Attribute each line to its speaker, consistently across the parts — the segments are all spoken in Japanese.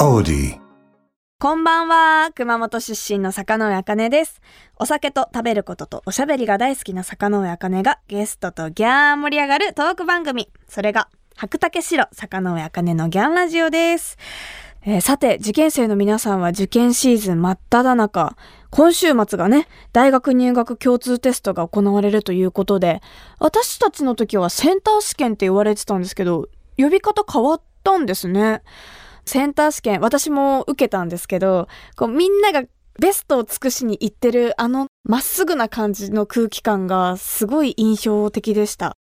Speaker 1: Cody.
Speaker 2: こんばんは。熊本出身の坂上茜です。お酒と食べることとおしゃべりが大好きな坂上茜がゲストとギャー盛り上がるトーク番組。それが、白竹城坂上茜のギャンラジオです。えーさて、受験生の皆さんは受験シーズン真っ只中。今週末がね、大学入学共通テストが行われるということで、私たちの時はセンター試験って言われてたんですけど、呼び方変わったんですね。センター試験、私も受けたんですけど、こうみんながベストを尽くしに行ってるあのまっすぐな感じの空気感がすごい印象的でした。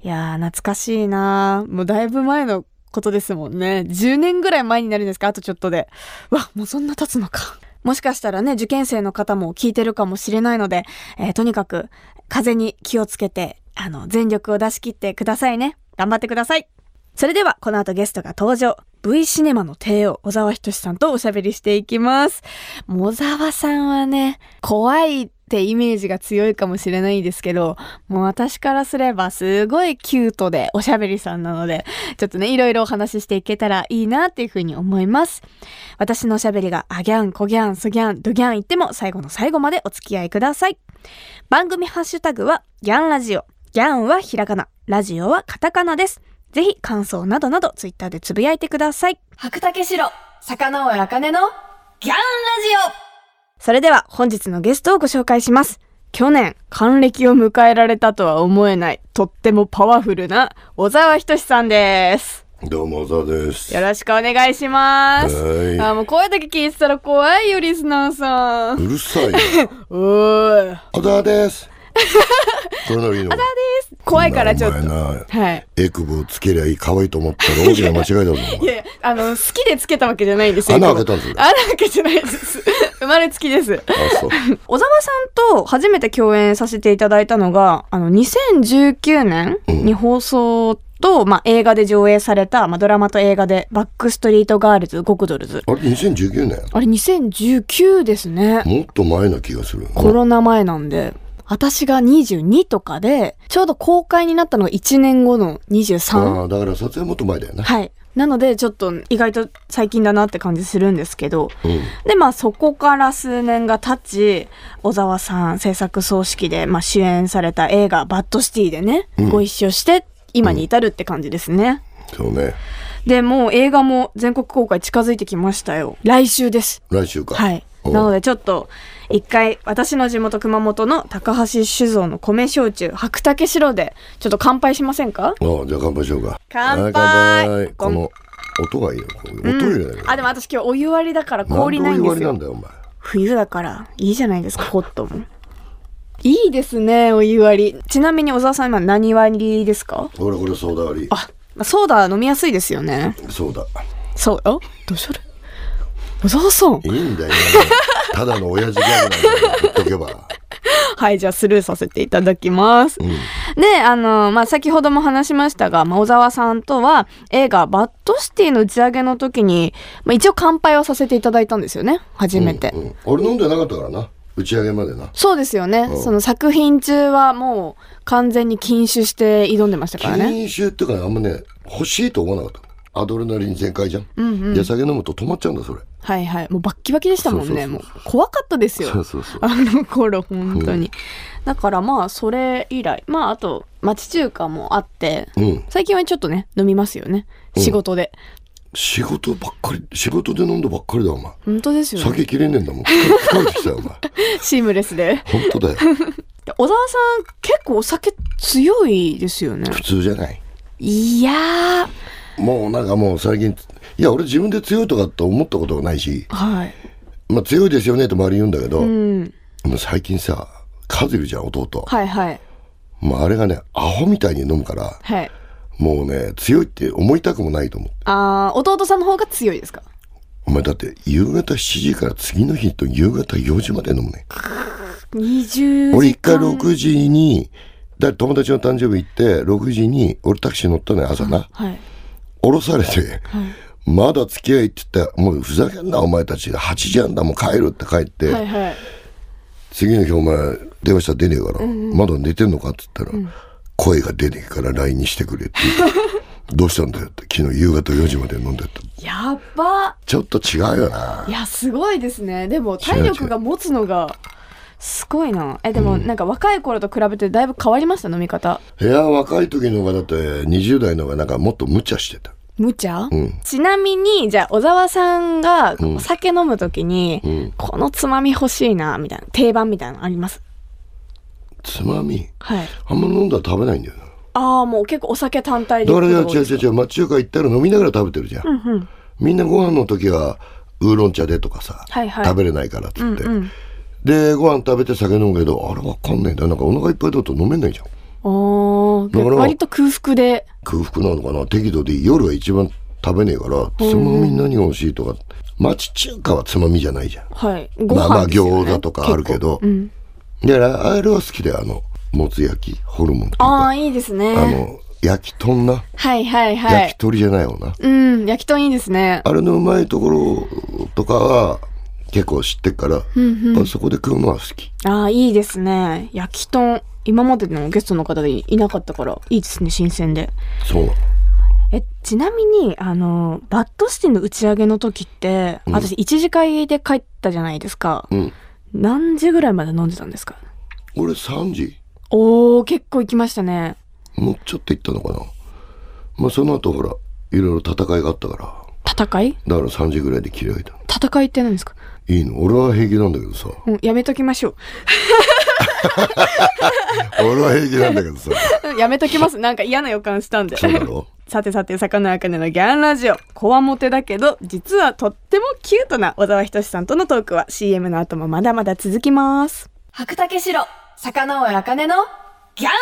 Speaker 2: いやー、懐かしいなーもうだいぶ前のことですもんね。10年ぐらい前になるんですかあとちょっとで。わ、もうそんな経つのか。もしかしたらね、受験生の方も聞いてるかもしれないので、えーとにかく風に気をつけて、あの、全力を出し切ってくださいね。頑張ってください。それではこの後ゲストが登場 V シネマの帝王小沢仁志さんとおしゃべりしていきますもう小沢さんはね怖いってイメージが強いかもしれないですけどもう私からすればすごいキュートでおしゃべりさんなのでちょっとねいろいろお話ししていけたらいいなっていうふうに思います私のおしゃべりがあギャンコギャンソギャンドギャン言っても最後の最後までお付き合いください番組ハッシュタグはギャンラジオギャンはひらがなラジオはカタカナですぜひ感想などなどツイッターでつぶやいてください。白竹城、坂上茜のギャンラジオそれでは本日のゲストをご紹介します。去年、還暦を迎えられたとは思えない、とってもパワフルな小沢仁志さんです。
Speaker 3: どうも小沢です。
Speaker 2: よろしくお願いします。
Speaker 3: はい
Speaker 2: あーもう声だけ聞いてたら怖いよ、リスナーさん。
Speaker 3: うるさいな。
Speaker 2: おーい。
Speaker 3: 小沢です。これならいいの。
Speaker 2: 怖いからちょっ
Speaker 3: お前
Speaker 2: と。
Speaker 3: な
Speaker 2: はい。
Speaker 3: エクボをつけりゃいい可愛いと思ったら大きな間違いだぞ。お
Speaker 2: い
Speaker 3: 前
Speaker 2: やいやあの、好きでつけたわけじゃないんですよ。
Speaker 3: 穴開けたんですよ
Speaker 2: 穴開けじゃないです。 生まれつきです。
Speaker 3: あそう。
Speaker 2: 小沢さんと初めて共演させていただいたのが、あの、2019年に放送と、まあ、映画で上映された、まあ、ドラマと映画で、バックストリートガールズ、ゴクドルズ。
Speaker 3: あれ2019年。
Speaker 2: あれ、2019ですね。
Speaker 3: もっと前な気がする。
Speaker 2: コロナ前なんで、私が22とかで、ちょうど公開になったのが1年後の23。
Speaker 3: ああだから撮影もっと前だよな。
Speaker 2: はい。なので、ちょっと意外と最近だなって感じするんですけど、
Speaker 3: うん。
Speaker 2: でまあそこから数年が経ち小沢さん制作葬式で、まあ、主演された映画「バッドシティ」でね、
Speaker 3: うん
Speaker 2: ご一緒して今に至るって感じですね、
Speaker 3: そうね。
Speaker 2: でもう映画も全国公開近づいてきましたよ来週です
Speaker 3: 来週か。。
Speaker 2: はいい
Speaker 3: うん
Speaker 2: なのでちょっと一回私の地元熊本の高橋酒造の米焼酎白竹白でちょっと乾杯しませんか
Speaker 3: ああじゃあ乾杯しようか。
Speaker 2: 乾杯
Speaker 3: はい乾杯
Speaker 2: こ
Speaker 3: こ
Speaker 2: ん
Speaker 3: の音がいいよ。この音入れないよ。
Speaker 2: あでも私今日お湯割りだから氷ないんです
Speaker 3: な
Speaker 2: よ
Speaker 3: んでお湯割りなんだよ
Speaker 2: 冬だからいいじゃないですかホットもいいですねお湯割りちなみに小沢さん今何割りですか
Speaker 3: お前。俺これソーダ割
Speaker 2: あまあソーダ飲みやすいですよね
Speaker 3: り。ソーダ。
Speaker 2: そうあどうしょる小沢さん
Speaker 3: いいんだよ。 ただの親父ギャグなんだよ。言っとけば。
Speaker 2: はいじゃあスルーさせていただきます、
Speaker 3: うん。
Speaker 2: であの、まあ、先ほども話しましたが、まあ、小沢さんとは映画「バッドシティ」の打ち上げの時に、まあ、一応乾杯をさせていただいたんですよね初めて、
Speaker 3: うんうん、俺飲んでなかったからな打ち上げまでな
Speaker 2: そうですよね、
Speaker 3: うん
Speaker 2: その作品中はもう完全に禁酒して挑んでましたからね
Speaker 3: 禁酒っていうかねあんまね欲しいと思わなかったアドレナリン全開じゃん、
Speaker 2: うんうん
Speaker 3: で酒飲むと止まっちゃうんだそれ
Speaker 2: はいはい。もうバッキバキでしたもんね。
Speaker 3: そうそうそう
Speaker 2: もう怖かったです
Speaker 3: そ
Speaker 2: よ
Speaker 3: う。そうそう
Speaker 2: あの頃、本当に。だからまあ、それ以来。まあ、あと、町中華もあって、
Speaker 3: うん
Speaker 2: 最近はちょっとね、飲みますよね。
Speaker 3: うん
Speaker 2: 仕事で。
Speaker 3: 仕事ばっかり仕事で飲んだばっかりだお前
Speaker 2: 本当ですよね。
Speaker 3: 酒切れねえんだもん疲れてきたよお前
Speaker 2: シームレスで。
Speaker 3: 本当だよ
Speaker 2: で小沢さん、結構お酒強いですよね。
Speaker 3: 普通じゃない
Speaker 2: いや
Speaker 3: もうなんかもう最近いや俺自分で強いとかって思ったことがないし
Speaker 2: ー。はい。
Speaker 3: まあ強いですよねって周りに言うんだけど、
Speaker 2: うん。
Speaker 3: もう最近さカズいるじゃん弟、
Speaker 2: はいはい。
Speaker 3: もうあれがねアホみたいに飲むから
Speaker 2: はい。
Speaker 3: もうね強いって思いたくもないと思う
Speaker 2: あー、弟さんの方が強いですか
Speaker 3: お前だって夕方7時から次の日と夕方4時まで飲むね。
Speaker 2: ?20
Speaker 3: 俺一回6時に、だって友達の誕生日行って6時に俺タクシー乗ったのよ朝な。
Speaker 2: はい。
Speaker 3: 降ろされて、まだ付き合いって言って、もうふざけんなお前たち。8時あんだもう帰るって帰って、
Speaker 2: はいはい。
Speaker 3: 次の日お前電話したら出ねえから、まだ寝てんのかって言ったら、声が出ねえから LINE にしてくれって言ってどうしたんだよって昨日夕方4時まで飲んでって
Speaker 2: やっば
Speaker 3: ちょっと違うよない
Speaker 2: やすごいですねでも体力が持つのがすごいなえでもなんか若い頃と比べてだいぶ変わりました飲み方
Speaker 3: いや若い時の方がだって20代の方がなんかもっと無茶してた
Speaker 2: むちゃ、
Speaker 3: うん
Speaker 2: ちなみにじゃあ小沢さんが
Speaker 3: うん
Speaker 2: お酒飲むときに、
Speaker 3: うん
Speaker 2: このつまみ欲しいなみたいな定番みたいなのあります
Speaker 3: つまみ
Speaker 2: はい
Speaker 3: あんま飲んだら食べないんだよな
Speaker 2: ああもう結構お酒単体で
Speaker 3: だからいや
Speaker 2: 行くこと
Speaker 3: 違
Speaker 2: が
Speaker 3: う違う
Speaker 2: 多い
Speaker 3: 違う町中華行ったら飲みながら食べてるじゃん、
Speaker 2: うんうん
Speaker 3: みんなご飯の時はウーロン茶でとかさ、
Speaker 2: はいはい
Speaker 3: 食べれないからっつって、
Speaker 2: うん
Speaker 3: でご飯食べて酒飲むけどあれわかんないんだよなんかお腹いっぱいだと飲めないじゃん
Speaker 2: お
Speaker 3: だから
Speaker 2: ー割と空腹で
Speaker 3: 空腹なのかな適度でいい夜が一番食べねえからつまみ何が欲しいとか町中華はつまみじゃないじゃん
Speaker 2: はいご
Speaker 3: まあま
Speaker 2: 飯
Speaker 3: あ
Speaker 2: ですよ、ね
Speaker 3: 餃子とかあるけど、
Speaker 2: 結構うん
Speaker 3: だからあれは好きであのもつ焼きホルモンっていう
Speaker 2: あ
Speaker 3: かあ
Speaker 2: あいいですね
Speaker 3: の焼き豚な、
Speaker 2: はいはいは
Speaker 3: 焼
Speaker 2: い
Speaker 3: き鳥じゃないよな
Speaker 2: うん焼き豚いいですね
Speaker 3: あれのうまいところとかは結構知ってっから、やっぱそこで食うのは好き
Speaker 2: ああいいですね焼き豚今までのゲストの方でいなかったからいいですね新鮮で
Speaker 3: そうなの
Speaker 2: えちなみにあのバッドシティの打ち上げの時って、
Speaker 3: うん
Speaker 2: 私一次会で帰ったじゃないですか
Speaker 3: うん
Speaker 2: 何時ぐらいまで飲んでたんですか
Speaker 3: 俺3時
Speaker 2: おー結構行きましたね
Speaker 3: もうちょっと行ったのかなまあその後ほらいろいろ戦いがあったから
Speaker 2: 戦い
Speaker 3: だから3時ぐらいで切り上げた
Speaker 2: 戦いって何ですか
Speaker 3: いいの俺は平気なんだけどさ
Speaker 2: うんやめときましょ
Speaker 3: 俺は平気なんだけど さ
Speaker 2: うやめときますなんか嫌な予感したんで
Speaker 3: そうだろ
Speaker 2: さてさて魚あかねのギャンラジオこわもてだけど実はとってもキュートな小沢仁志さんとのトークは CM の後もまだまだ続きます白竹城魚あかねのギャンラ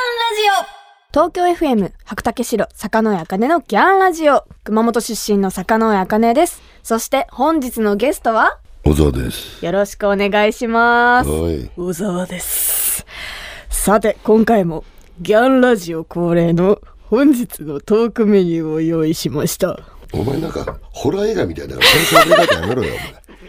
Speaker 2: ジオ東京 FM 白竹城魚あかねのギャンラジオ熊本出身の魚あかねですそして本日のゲストは
Speaker 3: 小沢です
Speaker 2: よろしくお願いします
Speaker 3: はい
Speaker 2: 小沢ですさて今回もギャンラジオ恒例の本日のトークメニューを用意しました
Speaker 3: お前なんかホラー映画みたいだから戦争映画やめろよ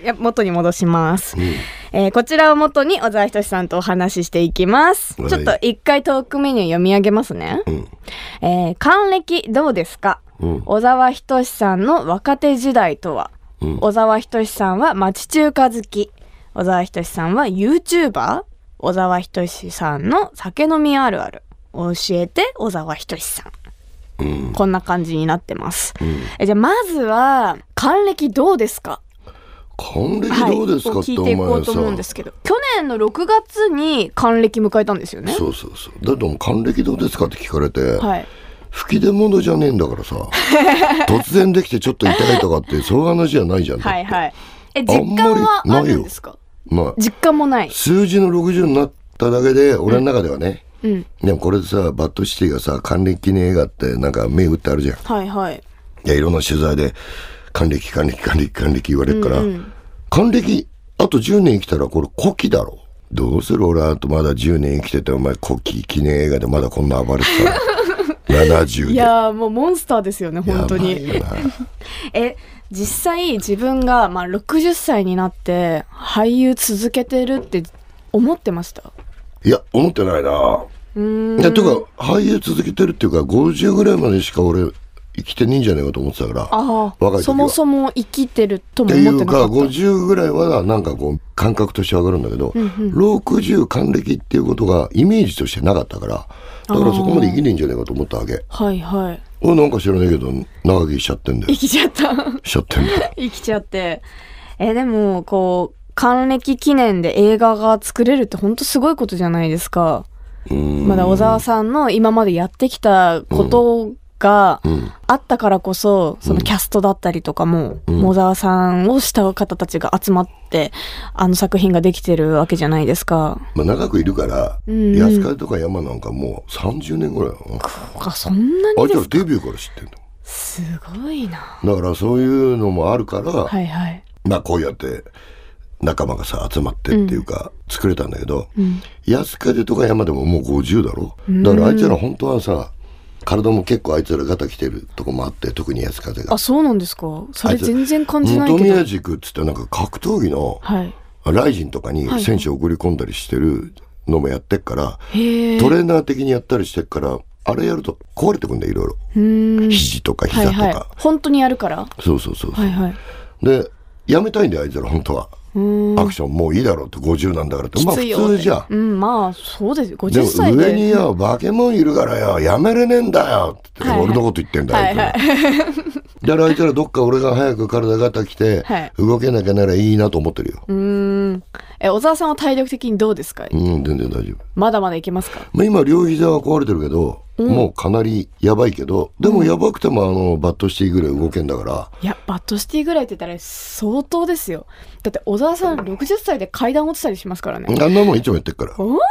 Speaker 2: いや元に戻します
Speaker 3: お、前、うん、
Speaker 2: えーこちらを元に小沢仁志さんとお話ししていきます、
Speaker 3: はい
Speaker 2: ちょっと一回トークメニュー読み上げますね、
Speaker 3: うん
Speaker 2: えー還暦どうですか、
Speaker 3: うん
Speaker 2: 小沢仁志さんの若手時代とは、
Speaker 3: うん
Speaker 2: 小沢仁志さんは町中華好き小沢仁志さんは YouTuber 小沢仁志さんの酒飲みあるある教えて小沢仁志さん
Speaker 3: うん
Speaker 2: こんな感じになってます、
Speaker 3: うん
Speaker 2: えじゃあまずは還暦どうですか
Speaker 3: 還暦どうですか
Speaker 2: はい、
Speaker 3: っ
Speaker 2: 聞
Speaker 3: て
Speaker 2: いてい
Speaker 3: お
Speaker 2: こ
Speaker 3: 前
Speaker 2: うと思うんで
Speaker 3: さ
Speaker 2: すけど去年の6月に還暦迎えたんですよね
Speaker 3: そうそうそうだってもう還暦どうですかって聞かれて、
Speaker 2: はい
Speaker 3: 吹き出物じゃねえんだ からさ突然できてちょっと痛いとかってそういう話じゃないじゃんだって
Speaker 2: はいはいえ
Speaker 3: あ
Speaker 2: 実
Speaker 3: んまり
Speaker 2: 感はあるんですか
Speaker 3: まあ
Speaker 2: 実感もない
Speaker 3: 数字の60になっただけで俺の中ではね、
Speaker 2: うん
Speaker 3: でもこれでさバッドシティがさ還暦記念映画ってなんか目打ってあるじゃん
Speaker 2: はいはい
Speaker 3: いやいろんな取材で還暦還暦還暦還暦言われるから、
Speaker 2: うんうん
Speaker 3: 還暦あと10年生きたらこれ古希だろどうする俺はあとまだ10年生きててお前古希記念映画でまだこんな暴れてた ら70で
Speaker 2: いやーもうモンスターですよね本当に
Speaker 3: やばいよな
Speaker 2: え実際自分がまあ60歳になって俳優続けてるって思ってました
Speaker 3: いや思ってないな
Speaker 2: うーん
Speaker 3: いやていうか俳優続けてるっていうか50ぐらいまでしか俺生きてねえんじゃねえかと思ってたから
Speaker 2: あ
Speaker 3: 若い時
Speaker 2: あ
Speaker 3: は
Speaker 2: そもそも生きてると
Speaker 3: っ
Speaker 2: も
Speaker 3: てい
Speaker 2: 思って
Speaker 3: う
Speaker 2: な
Speaker 3: か
Speaker 2: かった
Speaker 3: 50ぐらいはなんかこう感覚として上がるんだけど、
Speaker 2: うん
Speaker 3: 60還暦っていうことがイメージとしてなかったからだからそこまで生きねえんじゃねえかと思ったわけ
Speaker 2: はいはい
Speaker 3: 俺なんか知らねえけど長生きしちゃってんだよ
Speaker 2: 生きちゃった
Speaker 3: しちゃってんだよ
Speaker 2: 生きちゃってえでもこう還暦記念で映画が作れるって本当すごいことじゃないですか
Speaker 3: うーん
Speaker 2: まだ小沢さんの今までやってきたことが
Speaker 3: うん
Speaker 2: あったからこそそのキャストだったりとかも、
Speaker 3: うん
Speaker 2: 小沢さんを慕う方たちが集まってあの作品ができてるわけじゃないですか。
Speaker 3: まあ、長くいるから、
Speaker 2: うん
Speaker 3: 安川とか山なんかもう30年ぐらいだな
Speaker 2: あそんな
Speaker 3: あ
Speaker 2: に
Speaker 3: い
Speaker 2: で
Speaker 3: つら
Speaker 2: す
Speaker 3: デビューから知ってんの
Speaker 2: すごいな。
Speaker 3: だからそういうのもあるから、
Speaker 2: はいはい。
Speaker 3: まあこうやって仲間がさ集まってっていうか、作れたんだけど、
Speaker 2: うん、
Speaker 3: 安風とか山でももう50だろ
Speaker 2: ん
Speaker 3: だからあいつら本当はさ体も結構あいつらガタきてるとこもあって特に安風が
Speaker 2: あ。そうなんですかそ
Speaker 3: あ
Speaker 2: れ
Speaker 3: いつ
Speaker 2: 全然感じない
Speaker 3: 本
Speaker 2: けど
Speaker 3: 宮。塾っつってなんか格闘技の
Speaker 2: はい。
Speaker 3: ライジンとかに
Speaker 2: はい
Speaker 3: 選手送り込んだりしてるのもやってっから、
Speaker 2: へえ。
Speaker 3: トレーナー的にやったりしてっからあれやると壊れてくんだよいろいろ
Speaker 2: うん
Speaker 3: 肘とか
Speaker 2: は
Speaker 3: 膝
Speaker 2: い
Speaker 3: とか、
Speaker 2: はい本当にやるから
Speaker 3: そうそうそう、
Speaker 2: はいはい
Speaker 3: でやめたいんだよあいつら本当は
Speaker 2: うん
Speaker 3: アクションもういいだろうって50なんだからってまあ
Speaker 2: きついよ
Speaker 3: 普通じゃん
Speaker 2: うんまあそうですよ
Speaker 3: で
Speaker 2: 50歳
Speaker 3: も
Speaker 2: で
Speaker 3: 上によ、バケモンいるからよ、やめれねえんだよって言って、
Speaker 2: はいはい
Speaker 3: 俺のこと言ってんだよ。
Speaker 2: はいはい
Speaker 3: だからあいつらどっか俺が早く体がたきて
Speaker 2: はい、
Speaker 3: 動けなきゃならいいなと思ってるよ。
Speaker 2: うーんえ小沢さんは体力的にどうですか
Speaker 3: うん、全然大丈夫。
Speaker 2: まだまだいけますか
Speaker 3: まあ、今、両膝は壊れてるけど、もうかなりやばいけど、でもやばくてもあの、バットしていいぐらい動けんだから、
Speaker 2: いやバッドシティぐらいって言ったら相当ですよだって小沢さん60歳で階段落ちたりしますからね
Speaker 3: あんなもんいつもやってっから、
Speaker 2: 本当で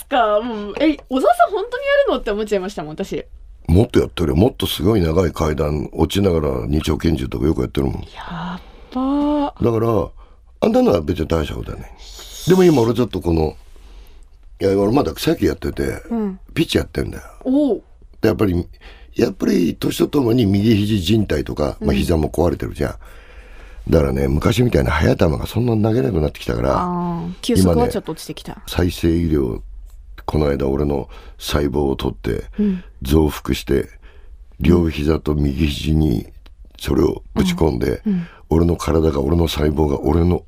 Speaker 2: すかもうえ小沢さん本当にやるのって思っちゃいましたもん私い
Speaker 3: もっとやってるよ。もっとすごい長い階段落ちながら二丁拳銃とかよくやってるもん。
Speaker 2: やっば
Speaker 3: だからあんなのは別に大したことはないでも今俺ちょっとこのいや俺まだ草木やってて、
Speaker 2: ん
Speaker 3: ピッチやってんだよ
Speaker 2: おお
Speaker 3: でやっぱりやっぱり年とともに右肘靭帯とか、まあ、膝も壊れてるじゃん、だからね昔みたいな速球がそんな投げなくなってきたから
Speaker 2: あー休息
Speaker 3: 今
Speaker 2: は
Speaker 3: ね
Speaker 2: ちょっと落ちてきた、
Speaker 3: 再生医療この間俺の細胞を取って増幅して両膝と右肘にそれをぶち込んで、俺の体が俺の細胞が俺の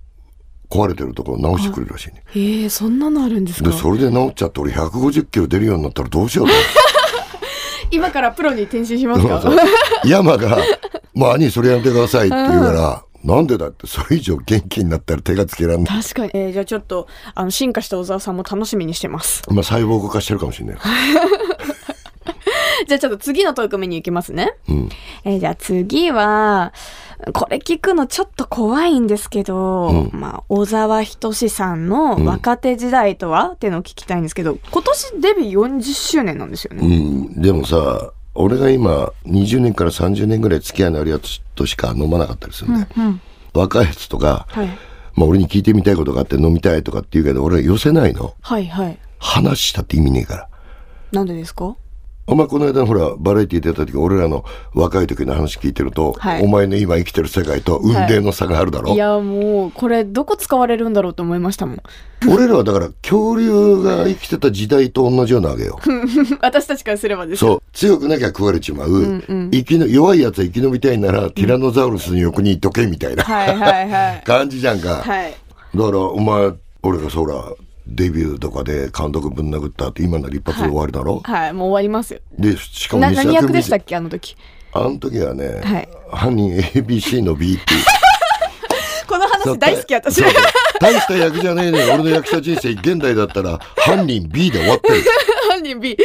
Speaker 3: 壊れてるところを治してくれるらしいね
Speaker 2: えー、そんなのあるんですか
Speaker 3: でそれで治っちゃって俺150キロ出るようになったらどうしようと
Speaker 2: 今からプロに転身します
Speaker 3: 思
Speaker 2: か
Speaker 3: って山が「まあ兄それやめてください」って言うから、なんでだってそれ以上元気になったら手がつけらんない、
Speaker 2: 確かに、えー、じゃあちょっとあの進化した小沢さんも楽しみにしてます
Speaker 3: まあ、細胞化してるかもしれない
Speaker 2: じゃあちょっと次のトークメニューいきますね。えーじゃあ次は、これ聞くのちょっと怖いんですけど、まあ、小沢仁志さんの若手時代とは、っていうのを聞きたいんですけど、今年デビュー40周年なんですよ
Speaker 3: う
Speaker 2: ね。
Speaker 3: ん、でもさ俺が今20年から30年ぐらい付き合いのあるやつとしか飲まなかったりするんだよ、若いやつとか、
Speaker 2: はい。
Speaker 3: まあ、俺に聞いてみたいことがあって飲みたいとかって言うけど俺は寄せないの
Speaker 2: はいはい。
Speaker 3: 話したって意味ねえから
Speaker 2: なんでですか
Speaker 3: お前この間ほらバラエティ出た時俺らの若い時の話聞いてると、
Speaker 2: はい
Speaker 3: お前の今生きてる世界と運命の差があるだろ、
Speaker 2: いや、もう、これどこ使われるんだろうと思いましたもん。
Speaker 3: 俺らはだから恐竜が生きてた時代と同じようなわけよ
Speaker 2: 私たちからすればですよ。
Speaker 3: そう強くなきゃ食われちまう、生きの弱いやつは生き延びたいならティラノザウルスの横にいとけみたいな、
Speaker 2: はいはいはい。
Speaker 3: 感じじゃんか、
Speaker 2: はい。
Speaker 3: だからお前俺がそらデビューとかで監督ぶん殴ったって今なら一発で終わりだろ、
Speaker 2: はい、もう終わりますよ。
Speaker 3: でしかも
Speaker 2: な、
Speaker 3: 二作
Speaker 2: 何
Speaker 3: 目
Speaker 2: 役でしたっけあの時。
Speaker 3: あの時はね、
Speaker 2: はい
Speaker 3: 犯人 ABC の B っていう
Speaker 2: この話大好き 私。
Speaker 3: そう大した役じゃねえね俺の役者人生現代だったら犯人 B で終わって る
Speaker 2: 犯人 B。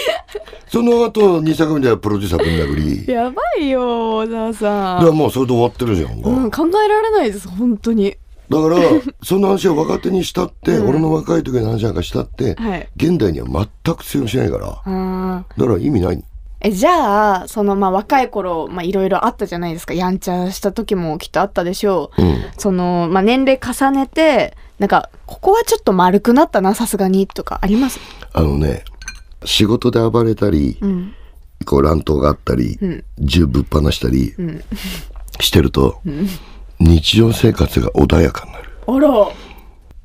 Speaker 3: その後2作目ではプロデューサーぶん殴りだ
Speaker 2: やばいよ、小沢さ
Speaker 3: か
Speaker 2: ん。
Speaker 3: らもうそれで終わってるじゃんか、
Speaker 2: うん、考えられないです、本当に。
Speaker 3: だからその話を若手にしたって、俺の若い時の話なんかしたって、
Speaker 2: はい
Speaker 3: 現代には全く通用しないから
Speaker 2: あー
Speaker 3: だから意味ない
Speaker 2: え、じゃあ、その、まあ、若い頃、まあ、いろいろあったじゃないですか。やんちゃした時もきっとあったでしょう。
Speaker 3: うん
Speaker 2: その、まあ、年齢重ねて、なんか、ここはちょっと丸くなったな、さすがに、とかあります
Speaker 3: あのね仕事で暴れたり、
Speaker 2: うん。
Speaker 3: こう乱闘があったり、
Speaker 2: ん
Speaker 3: 銃ぶっ放したりしてると、日常生活が穏やかになる
Speaker 2: あら、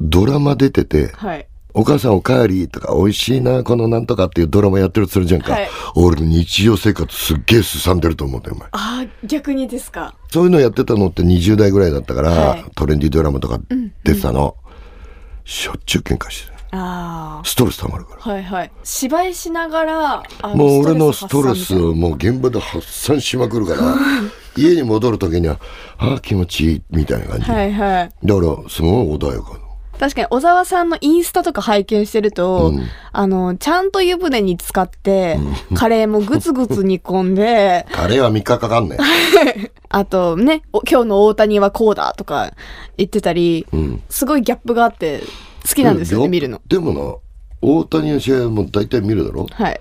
Speaker 3: ドラマ出てて
Speaker 2: はい。
Speaker 3: 「お母さんおかわり」とか「美味しいなこのなんとか」っていうドラマやってるとするじゃんか、
Speaker 2: はい
Speaker 3: 俺日常生活すっげえすさんでると思うんだよお前
Speaker 2: ああ、逆にですか。
Speaker 3: そういうのやってたのって20代ぐらいだったから、
Speaker 2: はい
Speaker 3: トレンディドラマとか出てたの、しょっちゅう喧嘩してる
Speaker 2: あ
Speaker 3: ストレス溜まるから
Speaker 2: あ。はいはい。芝居しながら、あ
Speaker 3: もう俺のストレス
Speaker 2: 発散み
Speaker 3: をもう現場で発散しまくるから 家に戻る時には「ああ気持ちいい」みたいな感じ、
Speaker 2: たいなはいはい。
Speaker 3: だからすごい穏やか
Speaker 2: 確かに小沢さんのインスタとか拝見してると、あのちゃんと湯船に浸かって、カレーもぐつぐつ煮込ん で
Speaker 3: カレーは3日かかんねん
Speaker 2: あとねお今日の大谷はこうだとか言ってたり、すごいギャップがあって好きなんですよね、見るの
Speaker 3: でもな大谷の試合も大体見るだろ
Speaker 2: はい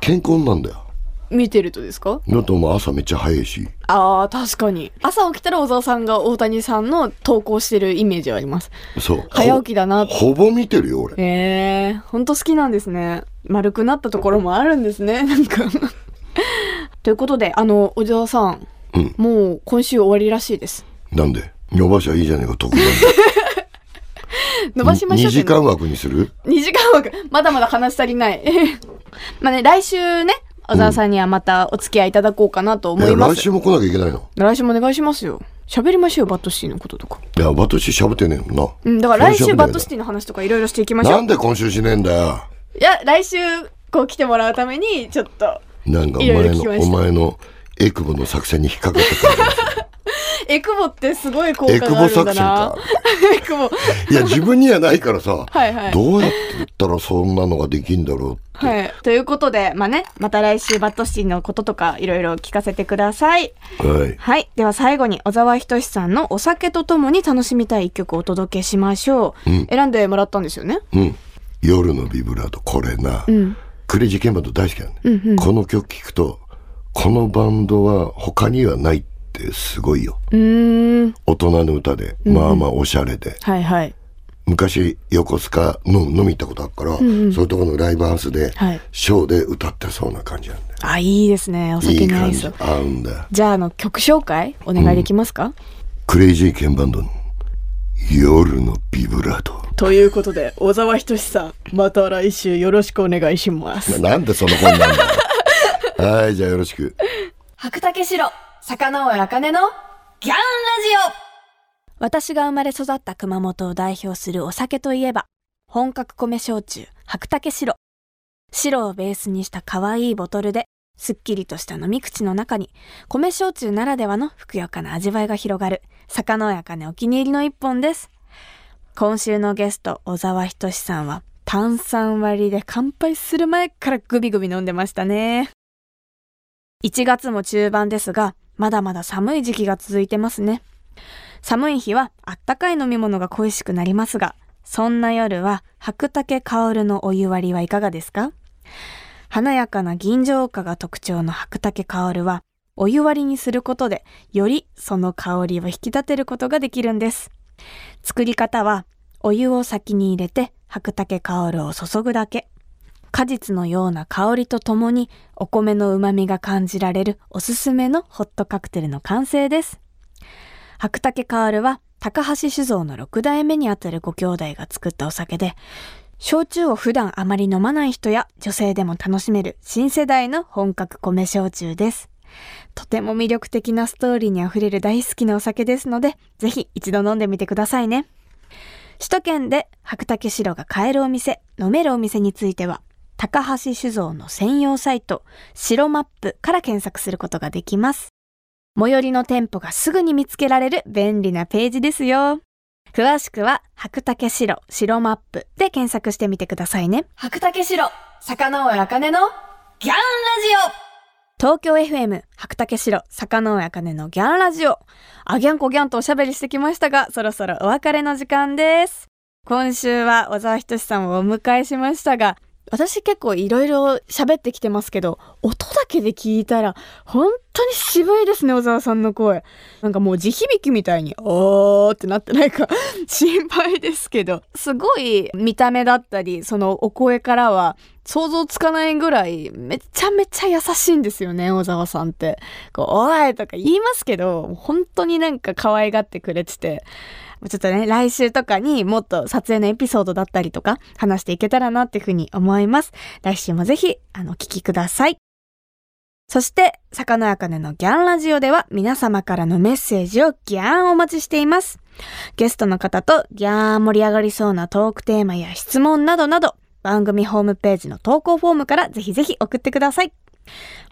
Speaker 3: 健康なんだよ
Speaker 2: 見てるとですか
Speaker 3: だってお前朝めっちゃ早いし
Speaker 2: あー確かに朝起きたら小沢さんが大谷さんの投稿してるイメージはあります
Speaker 3: そう
Speaker 2: 早起きだなって
Speaker 3: ほぼ見てるよ俺
Speaker 2: えー、ほんと好きなんですね。丸くなったところもあるんですね、 なんか。ということで、あの、小沢さん、
Speaker 3: うん
Speaker 2: もう今週終わりらしいです。
Speaker 3: なんで伸ばしゃいいじゃねえか特番
Speaker 2: 伸ばしましょう
Speaker 3: 2時間枠にする
Speaker 2: 2時間枠。まだまだ話し足りない。まあね、来週ね、小沢さんにはまたお付き合いいただこうかなと思いま
Speaker 3: 来
Speaker 2: す。
Speaker 3: 週も来なきゃいけないの
Speaker 2: 来週もお願いしますよ。喋りましょうよ、バッドシーのこととか。
Speaker 3: いや私しゃべってねえも
Speaker 2: うんん、
Speaker 3: な
Speaker 2: だから来週バッドシ
Speaker 3: し
Speaker 2: ティの話とかいろいろしていきましょ
Speaker 3: な。
Speaker 2: うん
Speaker 3: で今週しねえんだよ
Speaker 2: いや、来週、こう来てもらうために、ちょっと、
Speaker 3: なんかお
Speaker 2: いろい
Speaker 3: 前
Speaker 2: ろ聞きま
Speaker 3: の
Speaker 2: し
Speaker 3: お
Speaker 2: た
Speaker 3: 前のエクボの作戦に引っ掛かってた
Speaker 2: エクボってすごい効
Speaker 3: エ
Speaker 2: 果
Speaker 3: ク
Speaker 2: が
Speaker 3: ボ
Speaker 2: あるん
Speaker 3: 作
Speaker 2: だ
Speaker 3: 戦か
Speaker 2: な。 エクボ。
Speaker 3: いや自分にはないからさ
Speaker 2: はいはい
Speaker 3: どうやって言ったらそんなのができんだろうって、
Speaker 2: はい。ということで、まあね、また来週バッドシティのこととかいろいろ聞かせてください。
Speaker 3: はい、
Speaker 2: はい。では最後に小沢仁志さんのお酒とともに楽しみたい一曲をお届けしましょう。選んでもらったんですよね。
Speaker 3: うん、夜のビブラートこれな、
Speaker 2: ん
Speaker 3: クレイジーケンバンド大好きなんで、この曲聴くとこのバンドは他にはないってすごいよ
Speaker 2: うーん。
Speaker 3: 大人の歌で、まあまあおしゃれで
Speaker 2: はいはい。
Speaker 3: 昔横須賀の飲み行ったことあるから、そういうところのライブハウスで、
Speaker 2: はい
Speaker 3: ショーで歌ってそうな感じなんだよ
Speaker 2: あ、いいですね。お
Speaker 3: い
Speaker 2: 酒
Speaker 3: い
Speaker 2: に合
Speaker 3: 感
Speaker 2: い
Speaker 3: じ
Speaker 2: そう。
Speaker 3: 合うんだ
Speaker 2: じゃあ、あの、曲紹介お願いできますか、
Speaker 3: クレイジーケンバンドの夜のビブラート
Speaker 2: ということで、小沢仁志さん、また来週よろしくお願いしま す。
Speaker 3: ななんでその本なんだよ はいじゃあよろしく
Speaker 2: 白竹城坂上茜のギャンラジオ私が生まれ育った熊本を代表するお酒といえば本格米焼酎白竹城白をベースにした可愛いボトルですっきりとした飲み口の中に米焼酎ならではのふくよかな味わいが広がる坂上茜お気に入りの一本です今週のゲスト小沢仁志さんは炭酸割りで乾杯する前からグビグビ飲んでましたね1月も中盤ですが、まだまだ寒い時期が続いてますね。寒い日はあったかい飲み物が恋しくなりますが、そんな夜は白竹香るのお湯割りはいかがですか華やかな銀杏花が特徴の白竹香るは、お湯割りにすることで、よりその香りを引き立てることができるんです。作り方は、お湯を先に入れて白竹香るを注ぐだけ。果実のような香りとともにお米の旨味が感じられるおすすめのホットカクテルの完成です。白竹カールは高橋酒造の6代目にあたるご兄弟が作ったお酒で、焼酎を普段あまり飲まない人や女性でも楽しめる新世代の本格米焼酎です。とても魅力的なストーリーにあふれる大好きなお酒ですので、ぜひ一度飲んでみてくださいね。首都圏で白竹城が買えるお店、飲めるお店については、高橋酒造の専用サイト、白マップから検索することができます。最寄りの店舗がすぐに見つけられる便利なページですよ。詳しくは、白竹城、白マップで検索してみてくださいね。白竹城、坂上茜のギャンラジオ東京 FM、白竹城、坂上茜のギャンラジオ。あギャンコギャンとおしゃべりしてきましたが、そろそろお別れの時間です。今週は小沢仁志さんをお迎えしましたが、私結構いろいろ喋ってきてますけど、音だけで聞いたら、本当に渋いですね、小沢さんの声。なんかもう地響きみたいに、おーってなってないか 心配ですけど、すごい見た目だったり、そのお声からは想像つかないぐらい、めちゃめちゃ優しいんですよね、小沢さんって。こう、おーいとか言いますけど、本当になんか可愛がってくれてて、ちょっとね、来週とかにもっと撮影のエピソードだったりとか話していけたらなっていうふうに思います。来週もぜひ、あの、お聞きください。そして、魚あかねのギャンラジオでは皆様からのメッセージをギャンお待ちしています。ゲストの方とギャーン盛り上がりそうなトークテーマや質問などなど番組ホームページの投稿フォームからぜひぜひ送ってください。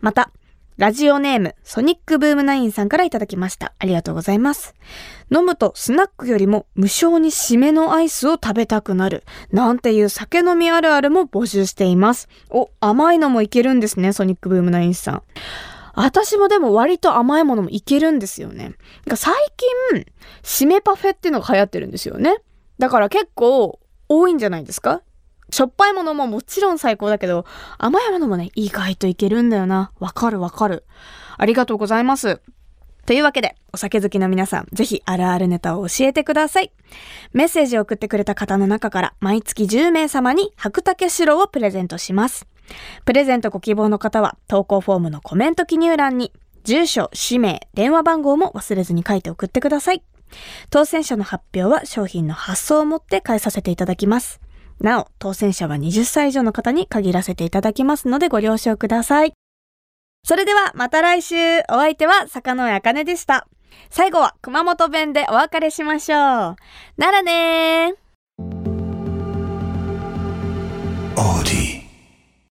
Speaker 2: また、ラジオネーム、ソニックブームナインさんからいただきました。ありがとうございます。飲むとスナックよりも無性に締めのアイスを食べたくなる。なんていう酒飲みあるあるも募集しています。お、甘いのもいけるんですね、ソニックブームナインさん。私もでも割と甘いものもいけるんですよね。なんか最近、締めパフェっていうのが流行ってるんですよね。だから結構多いんじゃないですかしょっぱいものももちろん最高だけど、甘いものもね、意外といけるんだよな。わかるわかる。ありがとうございます。というわけで、お酒好きの皆さん、ぜひあるあるネタを教えてください。メッセージを送ってくれた方の中から、毎月10名様に白竹白をプレゼントします。プレゼントご希望の方は、投稿フォームのコメント記入欄に、住所、氏名、電話番号も忘れずに書いて送ってください。当選者の発表は商品の発送をもって返させていただきます。なお、当選者は20歳以上の方に限らせていただきますのでご了承ください。それではまた来週お相手は坂上茜でした。最後は熊本弁でお別れしましょう。ならねー。
Speaker 1: Audi.